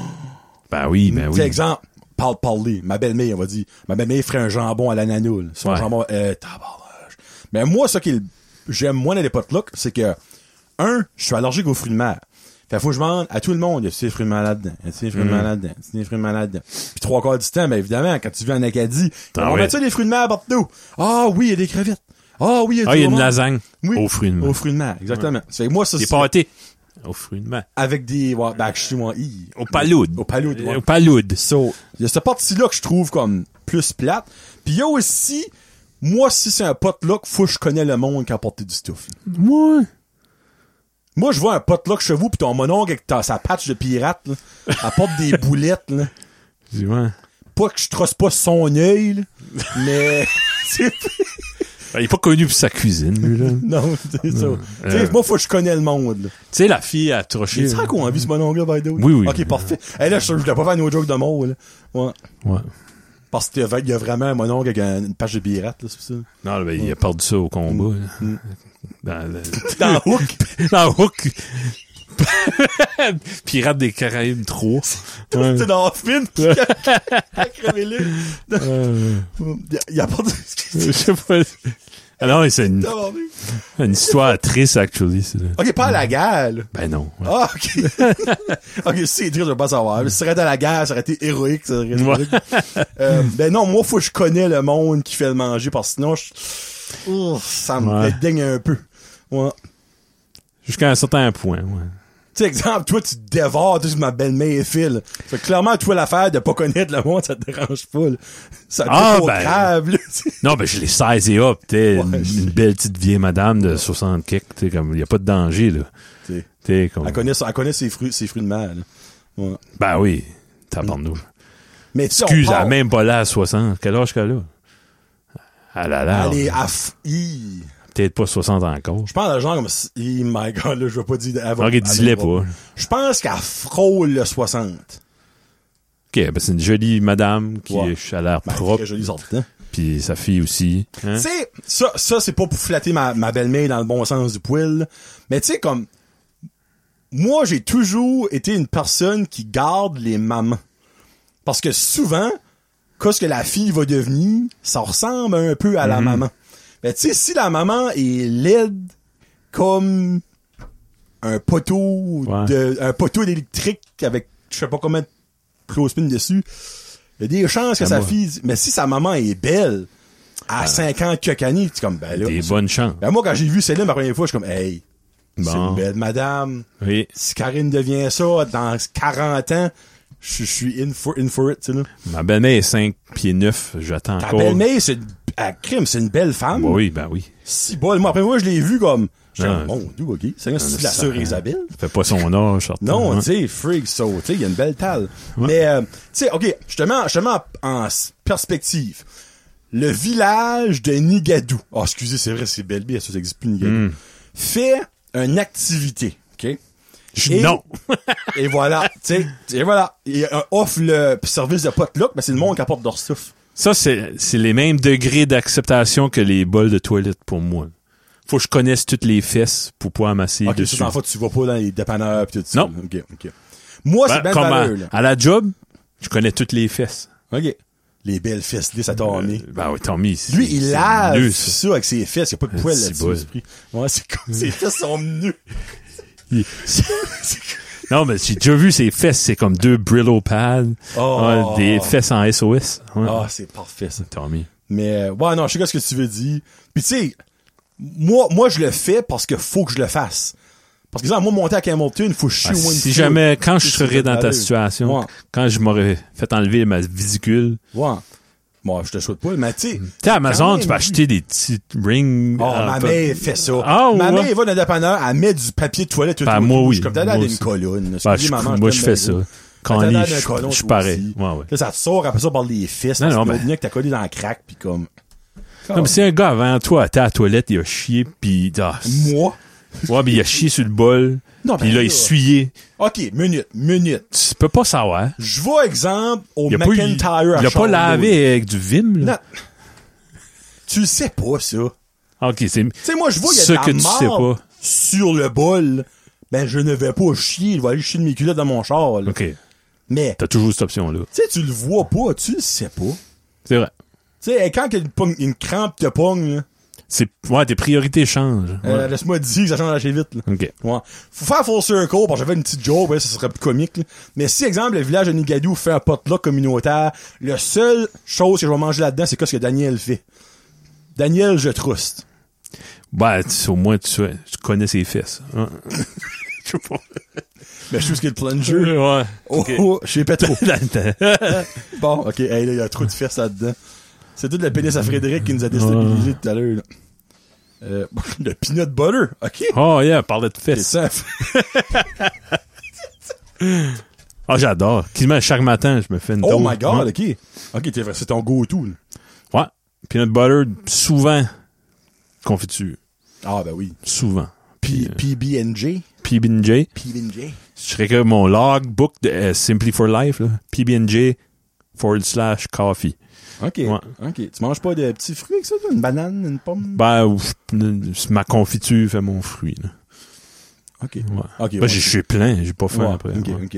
S2: Ben oui, ben
S1: t'sais,
S2: oui.
S1: exemple, parle, parler. Ma belle-mère, elle va dire, ma belle-mère ferait un jambon à la nanoule. Son
S2: Ouais.
S1: jambon, euh, tabarnage. Mais moi, ça que j'aime moins dans les potlucks, c'est que, un, je suis allergique aux fruits de mer. Fait faut que je demande à tout le monde, y a-tu des fruits de mer là-dedans? Y a-tu des fruits de
S2: Mm.
S1: mer là-dedans? Y a-tu des fruits de mer là-dedans? Puis trois quarts du temps, ben évidemment, quand tu vis en Acadie,
S2: Ah
S1: on
S2: ouais.
S1: met ça des fruits de mer partout. Ah oui, il y a des crevettes. Ah oui, il y a du
S2: Ah, il y a une
S1: homard.
S2: lasagne
S1: Oui,
S2: aux fruits de mer.
S1: Aux fruits de mer, exactement. Fait que moi, ça,
S2: Des
S1: c'est
S2: pâtés aux fruits de mer.
S1: avec des, ouais, ben, je suis moi, hi.
S2: Au paloude.
S1: Au paloude, ouais.
S2: Au paloude.
S1: So, il y a cette partie-là que je trouve comme plus plate. Puis il y a aussi, moi, si c'est un potluck, faut que je connais le monde qui a porté du stuff.
S2: Ouais.
S1: Moi, je vois un potluck chez vous, puis ton mononcle avec ta- sa patch de pirate, là, elle porte
S2: [LAUGHS]
S1: des boulettes, là.
S2: Dis, ouais.
S1: Pas que je trosse pas son œil, là, mais... [LAUGHS] c'est-
S2: Ben, Il est pas connu pour sa cuisine,
S1: [LAUGHS]
S2: lui, là. tu
S1: non, c'est ça.
S2: Euh,
S1: Tu sais, moi, faut que je connais le monde, là.
S2: sais, la fille à troché.
S1: Tu sais à quoi on vit ce mononcle-là, by the way?
S2: euh, Oui, oui.
S1: OK, parfait. Hé, là, je, je voulais pas faire nos jokes de mots, là. Ouais.
S2: Ouais.
S1: Parce qu'il y a- il y a vraiment un mononcle avec un- une patch de pirate, là, c'est pour ça.
S2: Non, ben, il a perdu ça au combat. là.
S1: Mm.
S2: Dans le...
S1: Dans
S2: [LAUGHS]
S1: Hook.
S2: Dans [LAUGHS] Hook. Pirate des
S1: [LAUGHS]
S2: Caraïbes 3. Ouais.
S1: C'est dans
S2: [LAUGHS]
S1: Hoffman qui a- qui a crevé l'œil.
S2: Euh,
S1: Il y a pas de... [LAUGHS]
S2: je sais pas. Ah non, c'est une, une histoire triste, actually. c'est-
S1: Ok, pas à la guerre, là.
S2: Ben non. ouais.
S1: Ah, ok.
S2: [LAUGHS]
S1: ok, si c'est triste, je veux pas savoir. Si serait dans la guerre, ça aurait été héroïque, ça aurait été
S2: Ouais.
S1: héroïque. Euh, ben non, moi, faut que je connais le monde qui fait le manger, parce que sinon, je... Ouh, ça me
S2: Ouais.
S1: dédaigne un peu. Ouais.
S2: Jusqu'à un certain point, ouais.
S1: Tu sais, exemple, toi, tu dévores, tu sais, ma belle-mère et fil. Fait que clairement, toi, l'affaire de pas connaître le monde, ça te dérange pas, là. Ça te
S2: Ah,
S1: fait trop
S2: ben.
S1: grave, là. tu sais.
S2: Non, ben je l'ai saisi up, t'es
S1: Ouais.
S2: une, une belle petite vieille madame de 60 kicks, t'es comme, y a pas de danger, là.
S1: Tu sais.
S2: T'es comme,
S1: Elle connaît, ça- elle connaît ses fruits, ses fruits de mer, là. Ouais.
S2: ben oui, tabarnouche.
S1: Mais tu sais, on
S2: Excuse, elle
S1: part-
S2: a même pas là à 60. Quel âge qu'elle a? Ah là là,
S1: Elle est à f- Hi.
S2: peut-être pas 60 encore.
S1: Je pense à genre comme, si- Hi, my god, là, je veux pas dire, elle va-
S2: Ok,
S1: elle
S2: dis-les
S1: va-
S2: pas. Ok,
S1: Je pense qu'elle frôle le 60.
S2: ben c'est une jolie madame qui
S1: Ouais.
S2: est- a l'air
S1: Ben,
S2: propre,
S1: très jolie sorte, hein.
S2: puis sa fille aussi. hein.
S1: Tu sais, ça, ça, c'est pas pour flatter ma, ma belle-mère dans le bon sens du poil, là. mais tu sais, comme, moi, j'ai toujours été une personne qui garde les mamans. Parce que souvent, qu'est-ce que la fille va devenir, ça ressemble un peu à la
S2: Mhm.
S1: maman. Mais tu sais, si la maman est laide comme un poteau
S2: Ouais.
S1: de, un poteau d'électrique avec je sais pas combien de clothespin dessus, il y a des chances que
S2: Ah,
S1: sa
S2: moi. Ah.
S1: fille, mais si sa maman est belle, à 50 quelques années, tu es comme, ben là.
S2: Des bonnes chances.
S1: Ben moi, quand j'ai vu celle-là ma première fois, je suis comme, hey, c'est
S2: Bon.
S1: une belle madame.
S2: Oui.
S1: Si Karine devient ça dans 40 ans, je je suis in for, in for it, tu sais, là.
S2: Ma belle-mère est 5 pieds 9, j'attends
S1: Ta
S2: encore.
S1: belle-mère, c'est une, à crime, c'est une belle femme.
S2: Ben oui, ben oui.
S1: Si bol. Moi, après, moi, je l'ai vu comme, j'étais
S2: Non.
S1: comme, mon dieu, ok. C'est comme si c'est
S2: Ah, Ça- hein.
S1: la sœur Isabelle.
S2: Fait
S1: [LAUGHS]
S2: pas son âge, certain,
S1: Non,
S2: hein.
S1: tu sais, freak, so, tu sais, il y a une belle talle. Mais, euh, tu sais, ok, je te mets, je te mets en, en s- perspective. le village de Nigadou. Ah, excusez, c'est vrai, c'est Belby, ça n'existe plus Nigadou.
S2: Hmm.
S1: Fait une activité, OK?
S2: Je-
S1: Et-
S2: Non.
S1: [LAUGHS] Et voilà, tu sais, et voilà. Et euh, offre le service de potluck, mais c'est le monde qui apporte leur souffle.
S2: Ça, c'est c'est les mêmes degrés d'acceptation que les bols de toilette pour moi. Faut que je connaisse toutes les fesses pour pouvoir amasser
S1: Ok,
S2: dessus.
S1: ça, en fait, tu vas pas dans les dépanneurs pis tout ça.
S2: Non.
S1: Ok, ok. Moi,
S2: Ben,
S1: c'est bien
S2: comme à,
S1: valeur, là.
S2: à la job, je connais toutes les fesses.
S1: Ok. Les belles fesses lisses à
S2: Euh,
S1: Tommy.
S2: ben oui, Tommy. c'est-
S1: Lui, il
S2: c'est
S1: lave
S2: nul, ça.
S1: ça avec ses fesses. Il n'y a pas de poils
S2: c'est
S1: là-dessus.
S2: beau.
S1: l'esprit. Ouais, c'est
S2: [LAUGHS]
S1: comme ses fesses sont nues.
S2: Il- non, mais j'ai déjà vu ses fesses, c'est comme deux Brillo pads.
S1: Oh.
S2: Ouais, des fesses en SOS. Ouais.
S1: Ah, c'est parfait, ça.
S2: Tommy.
S1: Mais, euh, ouais, non, je sais pas ce que tu veux dire. Puis, tu sais, moi, moi, je le fais parce que faut que je le fasse. Parce que, exemple, moi, monter à Camelton, faut que je chie
S2: Ah,
S1: au moins une
S2: si
S1: fois.
S2: jamais, quand je
S1: C'est ça,
S2: serais dans ta
S1: valeur.
S2: situation,
S1: Ouais.
S2: quand je m'aurais fait enlever ma vésicule,
S1: Ouais. Bon, je te souhaite pas, mais tu sais.
S2: tu sais, à Amazon,
S1: même-
S2: tu peux acheter des petits rings.
S1: Oh,
S2: euh,
S1: ma
S2: Mm. pas-
S1: mère fait ça.
S2: Ah,
S1: ma
S2: ouais.
S1: mère, elle va dans le dépanneur, elle met du papier de toilette tout
S2: Ben,
S1: autour.
S2: moi, oui.
S1: Je suis comme d'aller à
S2: Moi
S1: une
S2: aussi.
S1: colonne. là.
S2: Ben,
S1: Excusez,
S2: je-
S1: maman,
S2: moi,
S1: t'aime
S2: je fais
S1: bien
S2: ça.
S1: gros.
S2: Quand
S1: T'as
S2: on
S1: l'air
S2: est-
S1: d'un
S2: je-
S1: colon,
S2: je
S1: toi
S2: parais.
S1: aussi.
S2: Ouais, ouais.
S1: Là, ça te sort après ça par les fesses.
S2: Non,
S1: parce
S2: non,
S1: que
S2: ben-
S1: l'autre nuit que t'as collé dans la craque, puis comme.
S2: Comme si un gars avant toi était à la toilette, il a chié, puis ah, c'est-
S1: Moi.
S2: ouais, mais il a chié sur le bol,
S1: Non,
S2: puis
S1: ben,
S2: il a
S1: là.
S2: essuyé.
S1: OK, minute, minute.
S2: Tu peux pas savoir.
S1: Je vois exemple au
S2: Il a pas, eu-
S1: McIntyre à
S2: il a pas
S1: Charlotte.
S2: lavé avec du vim.
S1: Non.
S2: Là.
S1: Tu le sais pas, ça.
S2: Ah, Ok, c'est
S1: Tu sais, moi, je vois, il y a
S2: Ce
S1: de la
S2: que tu
S1: marde
S2: sais pas.
S1: sur le bol. Ben, je ne vais pas chier. Je vais aller chier de mes culottes dans mon char, là.
S2: ok.
S1: Mais,
S2: T'as toujours cette option là.
S1: tu sais, tu le vois pas, tu le sais pas.
S2: C'est vrai.
S1: Tu sais, quand une, pogne- une crampe te pogne, là,
S2: C'est ouais, tes priorités changent. Ouais.
S1: euh, laisse-moi te dire que ça change assez vite. Là.
S2: Ok.
S1: Ouais. Faut faire full circle, parce que j'avais une petite joke, ouais, ça serait plus comique. là. Mais si, exemple, le village de Nigadou fait un potluck communautaire, le seul chose que je vais manger là-dedans, c'est quoi ce que Daniel fait. Daniel, je trouste.
S2: Bah, tu- au moins tu, tu connais ses fesses. Hein.
S1: [LAUGHS]
S2: Ouais.
S1: Mais je trouve que le plunger.
S2: ouais.
S1: Oh,
S2: [LAUGHS] Ok.
S1: oh, je sais pas
S2: [LAUGHS]
S1: trop.
S2: Dans-
S1: Bon, ok, hey, là, il y a trop de fesses là-dedans. C'est toute la pénis à Frédéric qui nous a déstabilisé tout à l'heure. là. Euh, [LAUGHS] le peanut butter, ok.
S2: oh yeah, parlait de
S1: C'est
S2: fesses.
S1: ça.
S2: Ah j'adore. Quasiment chaque matin, je me fais
S1: [LAUGHS]
S2: une
S1: Oh
S2: dose.
S1: my god,
S2: Ouais.
S1: ok. Ok, t'es- c'est ton go-to. là.
S2: Ouais. Peanut butter, souvent confiture.
S1: Ah, ben oui.
S2: Souvent.
S1: P-
S2: Puis euh,
S1: PB&J.
S2: PB&J.
S1: PB&J.
S2: Je serais que mon logbook de euh, Simply for Life, là, PB&J forward slash coffee.
S1: OK.
S2: Ouais.
S1: OK. Tu manges pas de petits fruits avec ça, toi? Une banane, une pomme?
S2: Ben, ouf, c'est ma confiture fait mon fruit. Là.
S1: OK.
S2: Ouais.
S1: OK.
S2: Ben,
S1: ouais.
S2: j'ai- je suis plein, j'ai pas faim
S1: Ouais,
S2: après.
S1: OK,
S2: ouais.
S1: OK.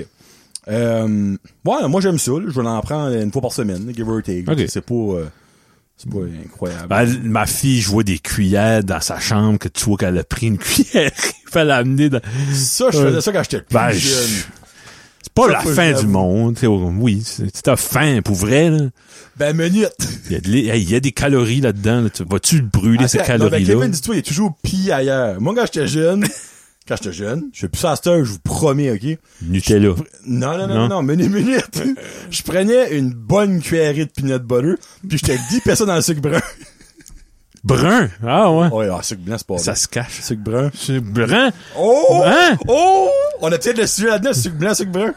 S1: Euh, ouais, moi, j'aime ça. là. Je vais en prendre une fois par semaine, give or take.
S2: OK.
S1: C'est pas... euh, c'est pas incroyable.
S2: Ben, l- ma fille, je vois des cuillères dans sa chambre que tu vois qu'elle a pris une [LAUGHS] cuillère. Il fallait l'amener dans...
S1: ça, je faisais ça quand j'étais plus
S2: Ben, je-
S1: jeune.
S2: C'est pas
S1: Ça,
S2: la
S1: faut que
S2: fin
S1: je
S2: du
S1: l'avoue.
S2: monde. t'sais, Oui, c'est c'est ta faim pour vrai. là.
S1: Ben, minute!
S2: Il y, a de l'é- hey, il y a des calories là-dedans. là. Tu- Vas-tu brûler ces
S1: Attends, non, ben,
S2: calories-là?
S1: Kevin, dis-toi, il est toujours pis ailleurs. Moi, quand j'étais jeune... [LAUGHS] Quand j'étais jeune, je suis plus à cette heure, je vous promets, OK?
S2: Nutella.
S1: Non, non, non, non,
S2: Non.
S1: non, minute, minute.
S2: [LAUGHS]
S1: je prenais une bonne cuillerée de peanut butter, puis je te dipais ça dans le sucre brun. [LAUGHS]
S2: Brun. Ah ouais.
S1: Ouais, ah, sucre blanc, c'est pas
S2: Ça
S1: bon.
S2: se cache.
S1: Sucre brun.
S2: C'est brun.
S1: Oh!
S2: Hein?
S1: Oh! On a peut-être le sujet là-dedans, sucre blanc, sucre brun.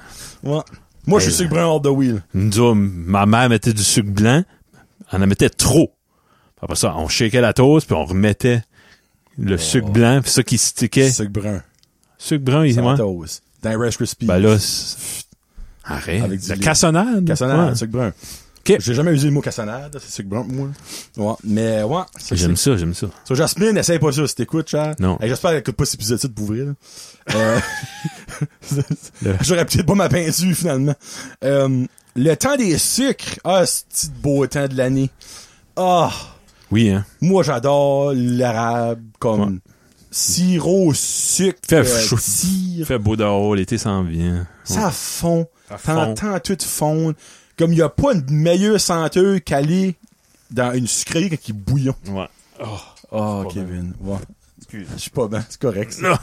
S1: Ouais. Moi, je suis sucre brun hors de wheel.
S2: Nous autres, ma mère mettait du sucre blanc, on en mettait trop. Après ça, on shakeait la toast, puis on remettait le
S1: Oh.
S2: sucre blanc, puis ça qui stickait.
S1: Sucre brun.
S2: Sucre brun, il ouais.
S1: Santos. Dans Rice Krispies.
S2: Ben là, c'est- arrête.
S1: Avec du
S2: la
S1: lait.
S2: cassonade.
S1: cassonade,
S2: Ouais.
S1: sucre brun.
S2: Ok.
S1: J'ai jamais usé le mot cassonade, c'est sucre brun pour moi. Ouais. Mais ouais. ça,
S2: J'aime
S1: c'est-
S2: ça, j'aime ça.
S1: So, Jasmine, essaye pas ça si t'écoutes, cher.
S2: Non.
S1: Hey, J'espère qu'elle écoute pas cet épisode-ci de pauvre, là. Euh, [LAUGHS]
S2: Le-
S1: J'aurais peut-être pas ma peinture, finalement. Euh, le temps des sucres. Ah, ce petit beau temps de l'année. Ah!
S2: Oui, hein.
S1: Moi, j'adore l'arabe comme
S2: Ouais.
S1: sirop, sucre,
S2: Fait
S1: euh,
S2: chaud.
S1: tire.
S2: Il fait beau dehors, l'été s'en vient.
S1: Ça fond.
S2: Ça fond.
S1: T'entends tout fondre. Comme il n'y a pas une meilleure senteur qu'aller dans une sucrerie qui bouillon.
S2: Ouais. Oh,
S1: Ah,
S2: pas
S1: Kevin. Ouais. Je suis pas bien, c'est correct. ça.
S2: Ah.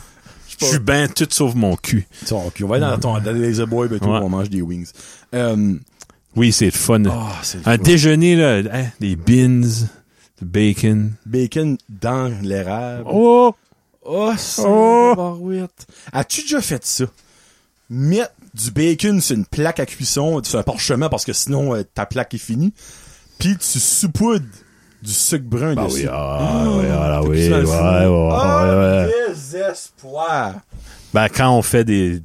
S2: je suis ben tout sauf mon cul.
S1: Tu sais, on- puis on va aller dans, ton, dans les Lazy Boy et tout,
S2: Ouais.
S1: on mange des wings. Euh,
S2: Oui, c'est le fun.
S1: ah, c'est le
S2: Un
S1: fun.
S2: déjeuner, là, hein, des beans, du bacon.
S1: bacon dans l'érable.
S2: Oh!
S1: Oh, c'est
S2: Oh!
S1: barouette. As-tu déjà fait ça? Mettre du bacon sur une plaque à cuisson, sur un parchemin, parce que sinon euh, ta plaque est finie, puis tu saupoudres du sucre brun
S2: Ah
S1: dessus.
S2: oui, ah oui, ah
S1: T'as
S2: oui,
S1: mis
S2: ouais,
S1: ça dans le
S2: ouais,
S1: four.
S2: ouais, ouais.
S1: Ah, désespoir.
S2: Ben, quand on fait des,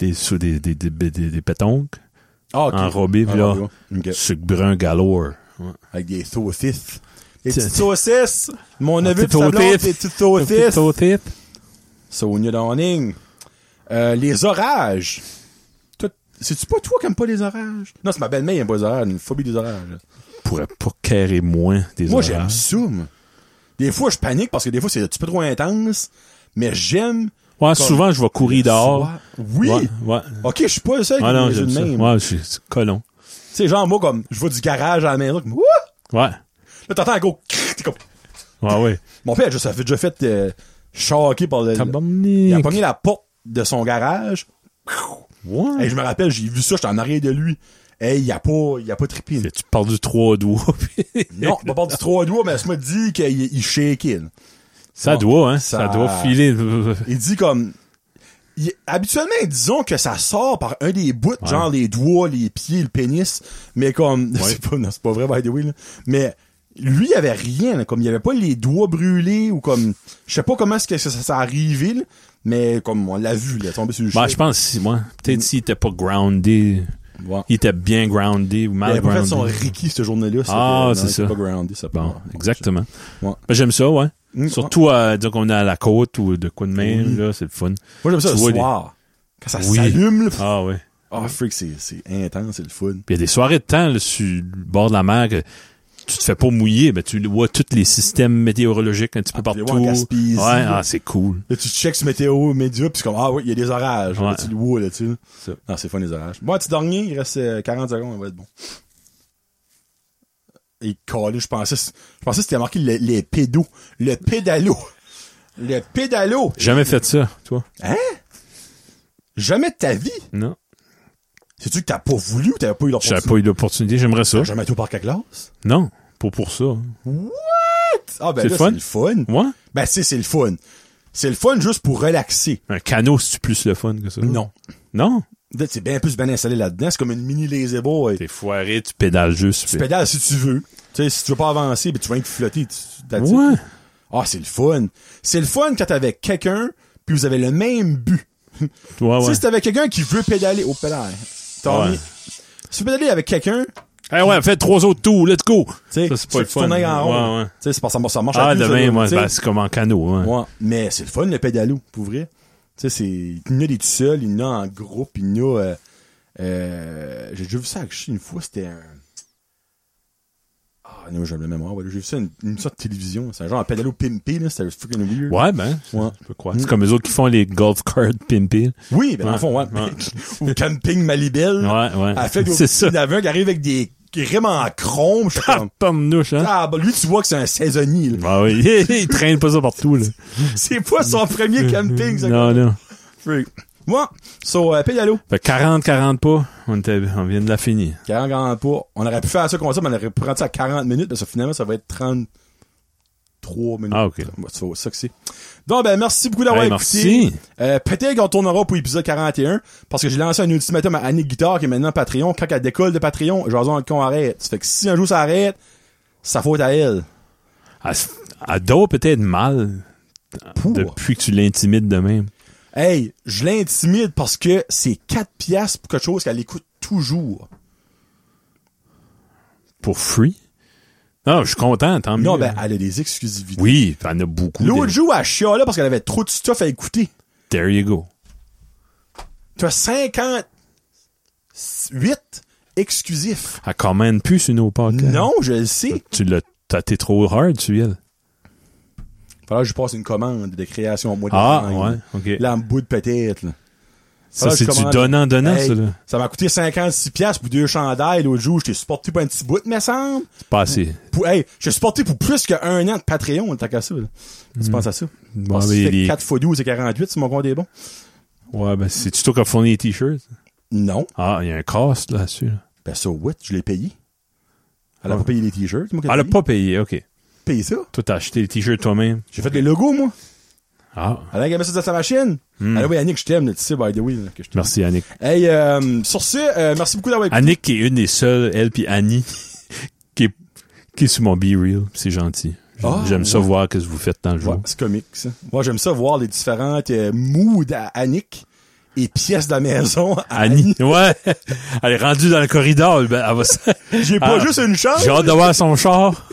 S2: des, sous- des, des, des, des, des- des pétonques,
S1: Ah, ok.
S2: enrobées, puis là,
S1: Enrobé, ouais. Ok.
S2: sucre brun galore. Ouais.
S1: Avec des saucisses. Des
S2: Tiens,
S1: petites
S2: tiens.
S1: saucisses. Mon neveu
S2: petit
S1: pis sa blonde, des
S2: saucisse.
S1: petites saucisses.
S2: Saucisse.
S1: Sonia Downing. Euh, les orages. Toi, C'est-tu pas toi qui aime pas les orages? Non, c'est ma belle-mère qui aime pas les orages. Une phobie des orages.
S2: pourrait pas carrer moins des
S1: Moi,
S2: horaires.
S1: j'aime ça, moi. Des fois, je panique parce que des fois, c'est un petit peu trop intense, mais j'aime.
S2: Ouais, souvent, je vais courir dehors.
S1: Oui!
S2: Ouais, ouais.
S1: Ok, je suis pas le seul
S2: Ah
S1: qui
S2: non,
S1: les yeux
S2: j'aime
S1: de
S2: ça.
S1: même.
S2: Ouais, je suis c'est colon.
S1: Tu sais, genre, moi, comme, je vois du garage à la maison, comme, Ouh!
S2: Ouais.
S1: Là, t'entends un go, cric, t'es comme, [LAUGHS]
S2: Ouais, ouais.
S1: mon père, ça fait déjà fait, euh, choqué par le, il a
S2: Tabarnak.
S1: pogné la porte de son garage.
S2: Ouais.
S1: Et je me rappelle, j'ai vu ça, j'étais en arrière de lui. Hey, il a pas, il a pas trippé. là.
S2: Tu parles du trois doigts. [LAUGHS] puis
S1: Non, pas part du trois doigts, mais ça me dit qu'il il shakeait, là.
S2: ça
S1: Non,
S2: doit, hein. Ça,
S1: ça-
S2: doit
S1: [LAUGHS]
S2: filer.
S1: Il dit comme. il- habituellement, disons que ça sort par un des bouts, genre les doigts, les pieds, le pénis, mais comme. [LAUGHS]
S2: Ouais.
S1: C'est pas, non, c'est pas vrai, by the way, là. Mais lui, il avait rien, là, comme il avait pas les doigts brûlés ou comme. Je sais pas comment est-ce que ça, ça, ça arrivé, là, mais comme on l'a vu, il est tombé sur le
S2: Ben,
S1: chien.
S2: je pense, si, moi.
S1: Mm.
S2: Peut-être s'il était pas groundé.
S1: Ouais.
S2: Il était bien groundé ou
S1: Il
S2: mal
S1: avait pas fait son
S2: groundé.
S1: Ricky cette journée-là. ça,
S2: Ah,
S1: non,
S2: c'est
S1: il était
S2: ça.
S1: pas groundé, ça
S2: Bon,
S1: pas-
S2: exactement.
S1: Ouais.
S2: Ben, j'aime ça, ouais.
S1: Mm,
S2: Surtout, à dire qu'on est à la côte ou de quoi de même, là, c'est le fun.
S1: Moi, j'aime ça
S2: tu
S1: le
S2: vois les-
S1: soir. Quand ça
S2: Oui.
S1: s'allume, là.
S2: Ah, ouais.
S1: Ah, freak, c'est c'est intense, c'est le fun.
S2: Puis il y a des soirées de temps là, sur le bord de la mer que tu te fais pas mouiller, mais tu vois tous les systèmes météorologiques un petit peu
S1: Ah, puis les
S2: partout.
S1: voir en Gaspésie,
S2: ouais,
S1: là.
S2: ah, c'est cool.
S1: Là, tu checks ce météo, média, pis c'est comme, ah oui, il y a des orages.
S2: Ouais.
S1: Là, tu le vois, là, tu sais.
S2: Ça.
S1: Non, c'est fun, les orages. Bon, petit dernier, il reste euh, 40 secondes, on va être bon. Et calé, je pensais, je pensais que c'était marqué le- les pédos. Le pédalo. Le pédalo. Hein?
S2: Jamais fait ça, toi?
S1: Jamais de ta vie.
S2: Non.
S1: C'est-tu que t'as pas voulu ou t'avais pas eu
S2: J'avais
S1: l'opportunité?
S2: pas eu l'opportunité, j'aimerais ça.
S1: T'as Jamais été au parc à glace?
S2: Non, pas pour ça.
S1: Ah, ben là,
S2: C'est le fun?
S1: c'est le fun.
S2: Moi?
S1: Ben, si, c'est le fun. C'est le fun juste pour relaxer.
S2: Un canot, c'est plus le fun que ça?
S1: Non.
S2: Non?
S1: Là, t'es bien plus bien installé là-dedans. C'est comme une mini lazy boy.
S2: T'es foiré, tu pédales juste.
S1: Tu
S2: puis-
S1: pédales si tu veux. Tu sais, si tu veux pas avancer, ben tu vas rien que flotter. tu- tu- t'as dit.
S2: Ouais.
S1: Ah, c'est le fun. C'est le fun quand t'es avec quelqu'un, puis vous avez le même but.
S2: Ouais,
S1: Tu
S2: ouais.
S1: sais, si t'es avec quelqu'un qui veut pédaler, oh, pédale. Tommy.
S2: Ouais.
S1: Si tu veux pédaler avec quelqu'un, tu
S2: Eh ouais, fais trois autres tours, let's go!
S1: sais,
S2: Ça, c'est pas le
S1: tu
S2: fun.
S1: tournes en rond.
S2: Ouais, ouais.
S1: Tu sais, c'est pas ça, ça marche à
S2: Ah,
S1: deux,
S2: demain,
S1: ça,
S2: moi,
S1: tu sais.
S2: ben, c'est comme en canot, ouais.
S1: Ouais. Mais c'est le fun, le pédalo, pour vrai. Tu sais, c'est, il y en a des tout seuls, il y en a en groupe, il y en a, euh, euh, j'ai déjà vu ça à Chine une fois, c'était un, ah, non, j'ai la mémoire, ouais, j'ai vu ça une, une sorte de télévision, c'est un genre un pédalo pimpé, là, c'était freaking weird.
S2: Ouais, ben,
S1: Ouais.
S2: je peux croire. C'est comme eux autres qui font les golf carts pimpés.
S1: Oui, ben, dans le
S2: Ouais.
S1: fond, ouais.
S2: Ouais.
S1: [LAUGHS] Ou camping Malibel.
S2: Ouais, ouais. [LAUGHS]
S1: Elle fait des
S2: C'est ça.
S1: petits navets qui arrivent avec des, qui riment en chrome, je suis comme,
S2: [LAUGHS] Tabarnouche, hein?
S1: ah, bah, lui, tu vois que c'est un saisonnier, là.
S2: Ah oui, [LAUGHS] il traîne pas ça partout, là.
S1: C'est pas son premier camping, ça.
S2: Non, non.
S1: Freak. Ouais. So, euh, pédalo.
S2: Fait 40-40 pas, on, était- on vient de la finir.
S1: 40, 40 pas. On aurait pu faire ça comme ça, mais on aurait pu prendre ça à 40 minutes, parce que finalement, ça va être 33 minutes.
S2: Ah, ok.
S1: Ouais, C'est ça que c'est. Donc, ben, merci beaucoup d'avoir
S2: Hey,
S1: écouté.
S2: merci.
S1: Euh, peut-être qu'on tournera pour l'épisode 41, parce que j'ai lancé un ultimatum à Annick Guitard, qui est maintenant Patreon. Quand elle décolle de Patreon, Jason le con arrête. Ça fait que si un jour ça arrête, ça faute à elle.
S2: Elle, s- elle dort ah, peut-être mal Ah,
S1: Pouh.
S2: depuis que tu l'intimides de même.
S1: Hey, je l'intimide parce que c'est 4 piastres pour quelque chose qu'elle écoute toujours.
S2: Pour free? Non, ah. je suis content, tant mieux. hein.
S1: Non, ben, elle a des exclusivités.
S2: Oui, t'en as beaucoup.
S1: L'autre
S2: des-
S1: jour, elle chialait parce qu'elle avait trop de stuff à écouter.
S2: There you go.
S1: Tu as 58 exclusifs.
S2: Elle commande plus sur nos podcasts.
S1: Non, je le sais.
S2: Tu l'as tâté trop hard, tu elle.
S1: Faudra que je passe une commande de création au mois de
S2: Ah,
S1: novembre.
S2: ouais, ok.
S1: Là, en bout de peut-être. là.
S2: Ça,
S1: Faudra que
S2: c'est
S1: je
S2: du
S1: commande-
S2: donnant-donnant,
S1: Hey,
S2: ça, là.
S1: ça m'a coûté 56 piastres pour deux chandails l'autre jour. J'étais supporté pour un petit bout, me semble.
S2: C'est pas assez.
S1: Pour, hey, je suis supporté pour plus qu'un an de Patreon, tant qu'à ça. là. Tu penses à ça?
S2: Hmm. Bon,
S1: Parce que
S2: mais
S1: si tu fais
S2: les-
S1: 4 x 12, c'est 48, si mon compte est bon.
S2: Ouais, ben, c'est-tu toi qui as fourni les t-shirts?
S1: Non.
S2: Ah, il y a un cost là-dessus. là.
S1: Ben, so what? Je l'ai payé. Elle a
S2: Ah.
S1: pas payé les t-shirts, moi. qu'elle
S2: Elle
S1: a
S2: a pas payé, ok.
S1: payé ça.
S2: Toi, t'as acheté les t-shirts toi-même.
S1: J'ai fait les logos, moi.
S2: Ah,
S1: Elle a gagné ça dans sa machine. Ah oui, Annick, je t'aime, là, tu sais, by the way, là, que je t'aime.
S2: Hmm.
S1: [LAUGHS]
S2: merci, Annick.
S1: Hey, euh, sur ce, euh, merci beaucoup d'avoir écouté.
S2: Annick [LAUGHS] qui est une des seules, elle puis Annie, qui est, qui est sur mon B-Reel. C'est gentil. J'aime
S1: Ah,
S2: j'aime ça
S1: ouais.
S2: voir que ce que vous faites dans le jour.
S1: Ouais, c'est comique, ça. Moi, j'aime ça voir les différentes euh, moods à Annick et pièces de la maison [LAUGHS] Ah, à
S2: Annie. Ouais. Elle est rendue dans le corridor. Ben, elle va s-
S1: J'ai pas
S2: Ah.
S1: juste une chance.
S2: J'ai hâte de voir son char.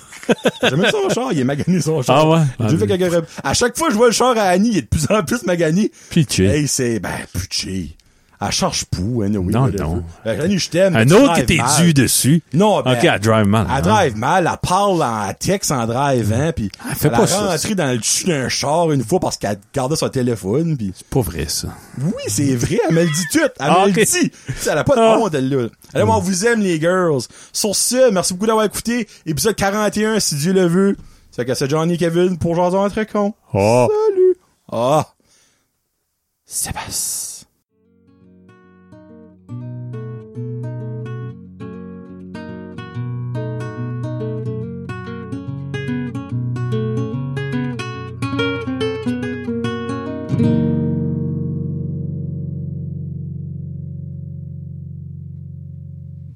S1: J'ai même son char, il est magané son char.
S2: Ah ouais?
S1: J'ai vu quelques rep- À chaque fois que je vois le char à Annie, il est de plus en plus magané.
S2: Pitché.
S1: Hey, c'est, ben, pitié. Elle charge pou, anyway.
S2: Non,
S1: whatever.
S2: non.
S1: Fait que Annie, je t'aime.
S2: Un
S1: tu
S2: autre qui
S1: drives
S2: était
S1: mal.
S2: dû dessus.
S1: Non, ben,
S2: ok, elle drive mal.
S1: Elle
S2: hein.
S1: drive mal, elle parle en texte en drive, hein, pis
S2: Elle fait pas
S1: a
S2: ça,
S1: rentré dans le dessus d'un char une fois parce qu'elle gardait son téléphone, pis
S2: Pas vrai, ça.
S1: oui, c'est vrai, elle me le dit tout, elle
S2: Ah,
S1: me
S2: ok.
S1: le dit. Tu sais, Elle a pas
S2: Ah.
S1: de honte, elle là. Elle moi, on vous aime, les girls. Sur ce, merci beaucoup d'avoir écouté. Épisode 41, si Dieu le veut. C'est que c'est Johnny et
S2: 哦
S1: Kevin pour jaser entre cons.
S2: Oh.
S1: Salut! Ah! Ça passe.